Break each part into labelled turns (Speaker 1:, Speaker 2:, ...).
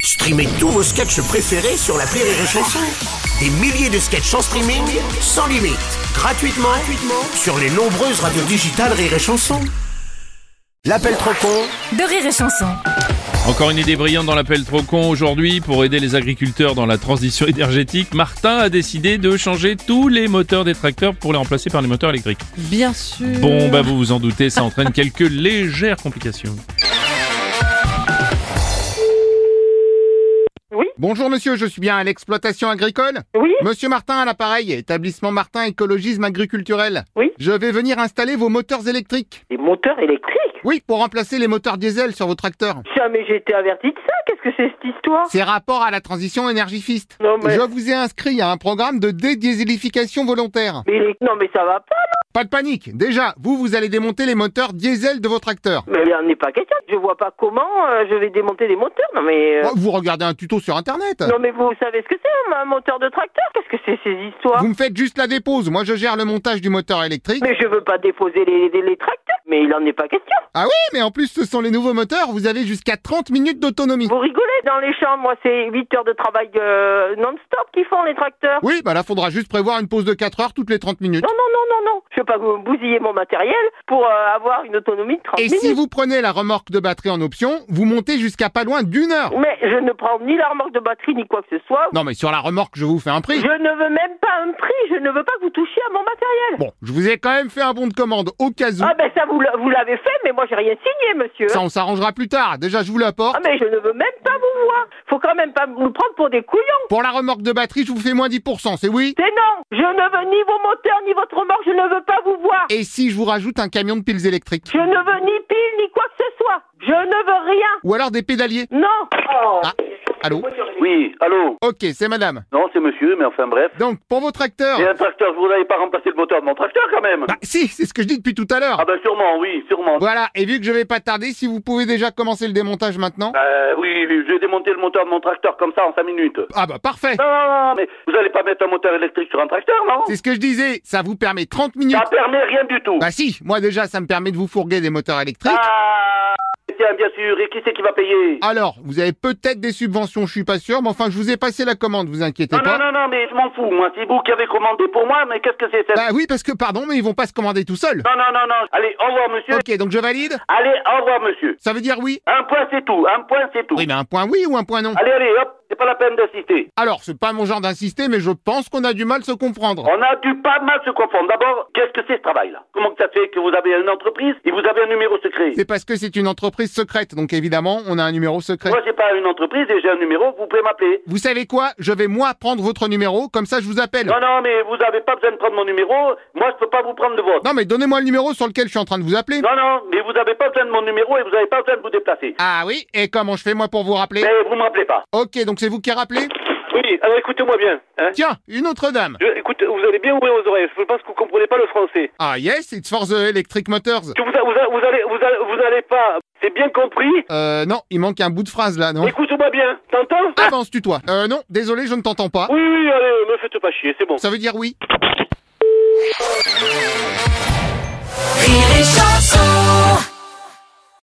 Speaker 1: Streamez tous vos sketchs préférés sur la Rire et Chanson. Des milliers de sketchs en streaming, sans limite, gratuitement, gratuitement sur les nombreuses radios digitales Rire et Chanson. L'appel trop con
Speaker 2: de rire et chanson.
Speaker 3: Encore une idée brillante dans l'appel trop con aujourd'hui pour aider les agriculteurs dans la transition énergétique. Martin a décidé de changer tous les moteurs des tracteurs pour les remplacer par les moteurs électriques.
Speaker 4: Bien sûr.
Speaker 3: Bon, bah vous vous en doutez, ça entraîne quelques légères complications.
Speaker 5: Bonjour monsieur, je suis bien à l'exploitation agricole
Speaker 6: Oui,
Speaker 5: Monsieur Martin à l'appareil, établissement Martin écologisme agriculturel.
Speaker 6: Oui.
Speaker 5: Je vais venir installer vos moteurs électriques.
Speaker 6: des moteurs électriques.
Speaker 5: Oui, pour remplacer les moteurs diesel sur vos tracteurs.
Speaker 6: Jamais j'ai été averti de ça. Qu'est-ce que c'est cette histoire
Speaker 5: C'est rapport à la transition énergifiste.
Speaker 6: Ah. Non mais,
Speaker 5: Je vous ai inscrit à un programme de dédiéselification volontaire.
Speaker 6: mais les- non mais ça va pas.
Speaker 5: Pas de panique, déjà, vous, vous allez démonter les moteurs diesel de vos tracteurs.
Speaker 6: Mais il y en a pas question. Je vois pas comment euh, je vais démonter des moteurs. Non mais euh,
Speaker 5: Oh, bah. Vous regardez un tuto sur internet.
Speaker 6: non mais vous savez ce que c'est un moteur de tracteur Qu'est-ce que c'est ces histoires
Speaker 5: Vous me faites juste la dépose, moi je gère le montage du moteur électrique.
Speaker 6: Mais je veux pas déposer les, les, les tracteurs. Mais il en est pas question.
Speaker 5: Ah oui, mais en plus ce sont les nouveaux moteurs, vous avez jusqu'à 30 minutes d'autonomie.
Speaker 6: Vous rigolez Dans les champs, moi c'est 8 heures de travail euh, non-stop qu'ils font les tracteurs.
Speaker 5: Oui, bah là, faudra juste prévoir une pause de 4 heures toutes les 30 minutes.
Speaker 6: Non non non non non. Je veux pas que vous bousillez mon matériel pour euh, avoir une autonomie de 30
Speaker 5: Et
Speaker 6: minutes.
Speaker 5: si vous prenez la remorque de batterie en option, vous montez jusqu'à pas loin d'une heure.
Speaker 6: Mais je ne prends ni la remorque de batterie ni quoi que ce soit.
Speaker 5: Non, mais sur la remorque, je vous fais un prix.
Speaker 6: Je ne veux même pas un prix, je ne veux pas que vous touchiez à mon matériel.
Speaker 5: Bon, je vous ai quand même fait un bon de commande au cas où.
Speaker 6: Ah ben ça vous l'a- vous l'avez fait, mais moi j'ai rien signé, monsieur.
Speaker 5: Ça, on s'arrangera plus tard. Déjà, je vous l'apporte.
Speaker 6: Ah mais je ne veux même pas vous voir. Faut quand même pas nous prendre pour des couillons.
Speaker 5: Pour la remorque de batterie, je vous fais moins 10%, c'est oui
Speaker 6: C'est non. Je ne veux ni vos moteurs ni votre remorque, je ne veux pas vous voir.
Speaker 5: Et si je vous rajoute un camion de piles électriques
Speaker 6: Je ne veux ni pile ni quoi que ce soit. Je ne veux rien.
Speaker 5: Ou alors des pédaliers
Speaker 6: Non.
Speaker 5: Ah, allô
Speaker 7: Oui, allô
Speaker 5: Ok, c'est madame.
Speaker 7: Non, c'est monsieur, mais enfin bref.
Speaker 5: Donc, pour vos tracteurs...
Speaker 7: Et un tracteur, vous n'avez pas remplacé le moteur de mon tracteur quand même
Speaker 5: Bah si, c'est ce que je dis depuis tout à l'heure.
Speaker 7: Ah ben sûrement, oui, sûrement.
Speaker 5: Voilà, et vu que je vais pas tarder, si vous pouvez déjà commencer le démontage maintenant...
Speaker 7: Euh, oui, oui, j'ai démonté le moteur de mon tracteur comme ça en 5 minutes.
Speaker 5: Ah bah parfait
Speaker 7: Non, non, non, mais vous allez pas mettre un moteur électrique sur un tracteur, non
Speaker 5: C'est ce que je disais, ça vous permet 30 minutes.
Speaker 7: Ça permet rien du tout.
Speaker 5: Bah si, moi déjà ça me permet de vous fourguer des moteurs électriques.
Speaker 7: Ah, tiens, bien sûr, et qui c'est qui va payer
Speaker 5: Alors, vous avez peut-être des subventions, je suis pas sûr, mais enfin je vous ai passé la commande, vous inquiétez
Speaker 7: Non,
Speaker 5: pas.
Speaker 7: non, non, non, mais je m'en fous, moi. C'est vous qui avez commandé pour moi, mais qu'est-ce que c'est cette...
Speaker 5: Bah oui, parce que pardon, mais ils vont pas se commander tout seuls.
Speaker 7: Non, non, non, non. Allez, au revoir, monsieur.
Speaker 5: Ok, donc je valide
Speaker 7: Allez, au revoir, monsieur.
Speaker 5: Ça veut dire oui
Speaker 7: Un point, c'est tout. Un point, c'est tout.
Speaker 5: Oui, mais un point oui ou un point non
Speaker 7: Allez, allez, hop, c'est pas la peine d'insister.
Speaker 5: Alors, c'est pas mon genre d'insister, mais je pense qu'on a du mal à se comprendre.
Speaker 7: On a dû pas mal se confondre. D'abord, qu'est-ce que c'est ce travail-là Comment que ça se fait que vous avez une entreprise et vous avez un numéro secret
Speaker 5: C'est parce que c'est une entreprise secrète, donc évidemment, on a un numéro secret.
Speaker 7: Moi, j'ai pas une entreprise et j'ai un numéro, vous pouvez m'appeler.
Speaker 5: Vous savez quoi Je vais moi prendre votre numéro, comme ça je vous appelle.
Speaker 7: Non, non, mais vous avez pas besoin de prendre mon numéro, moi, je peux pas vous prendre le vôtre.
Speaker 5: Non mais donnez-moi le numéro sur lequel je suis en train de vous appeler.
Speaker 7: Non, non, mais vous avez pas besoin de mon numéro et vous avez pas besoin de vous déplacer.
Speaker 5: Ah oui, et comment je fais moi pour vous rappeler
Speaker 7: Mais vous m'appelez pas.
Speaker 5: Ok, donc c'est vous qui rappelez
Speaker 8: Oui, alors écoutez-moi bien. Hein.
Speaker 5: Tiens, une autre dame.
Speaker 8: Je- écoute, vous allez bien ouvrir vos oreilles. Je pense que vous comprenez pas le français.
Speaker 5: Ah yes, it's for the electric motors.
Speaker 8: Que vous, a- vous, a- vous allez, vous, allez, vous allez pas. C'est bien compris.
Speaker 5: Euh, non, il manque un bout de phrase là, non
Speaker 8: Écoute-moi bien. T'entends
Speaker 5: Avance, tue-toi. Euh, non, désolé, je ne t'entends pas.
Speaker 8: Oui, oui, allez, me faites pas chier. C'est bon.
Speaker 5: Ça veut dire oui.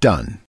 Speaker 9: done.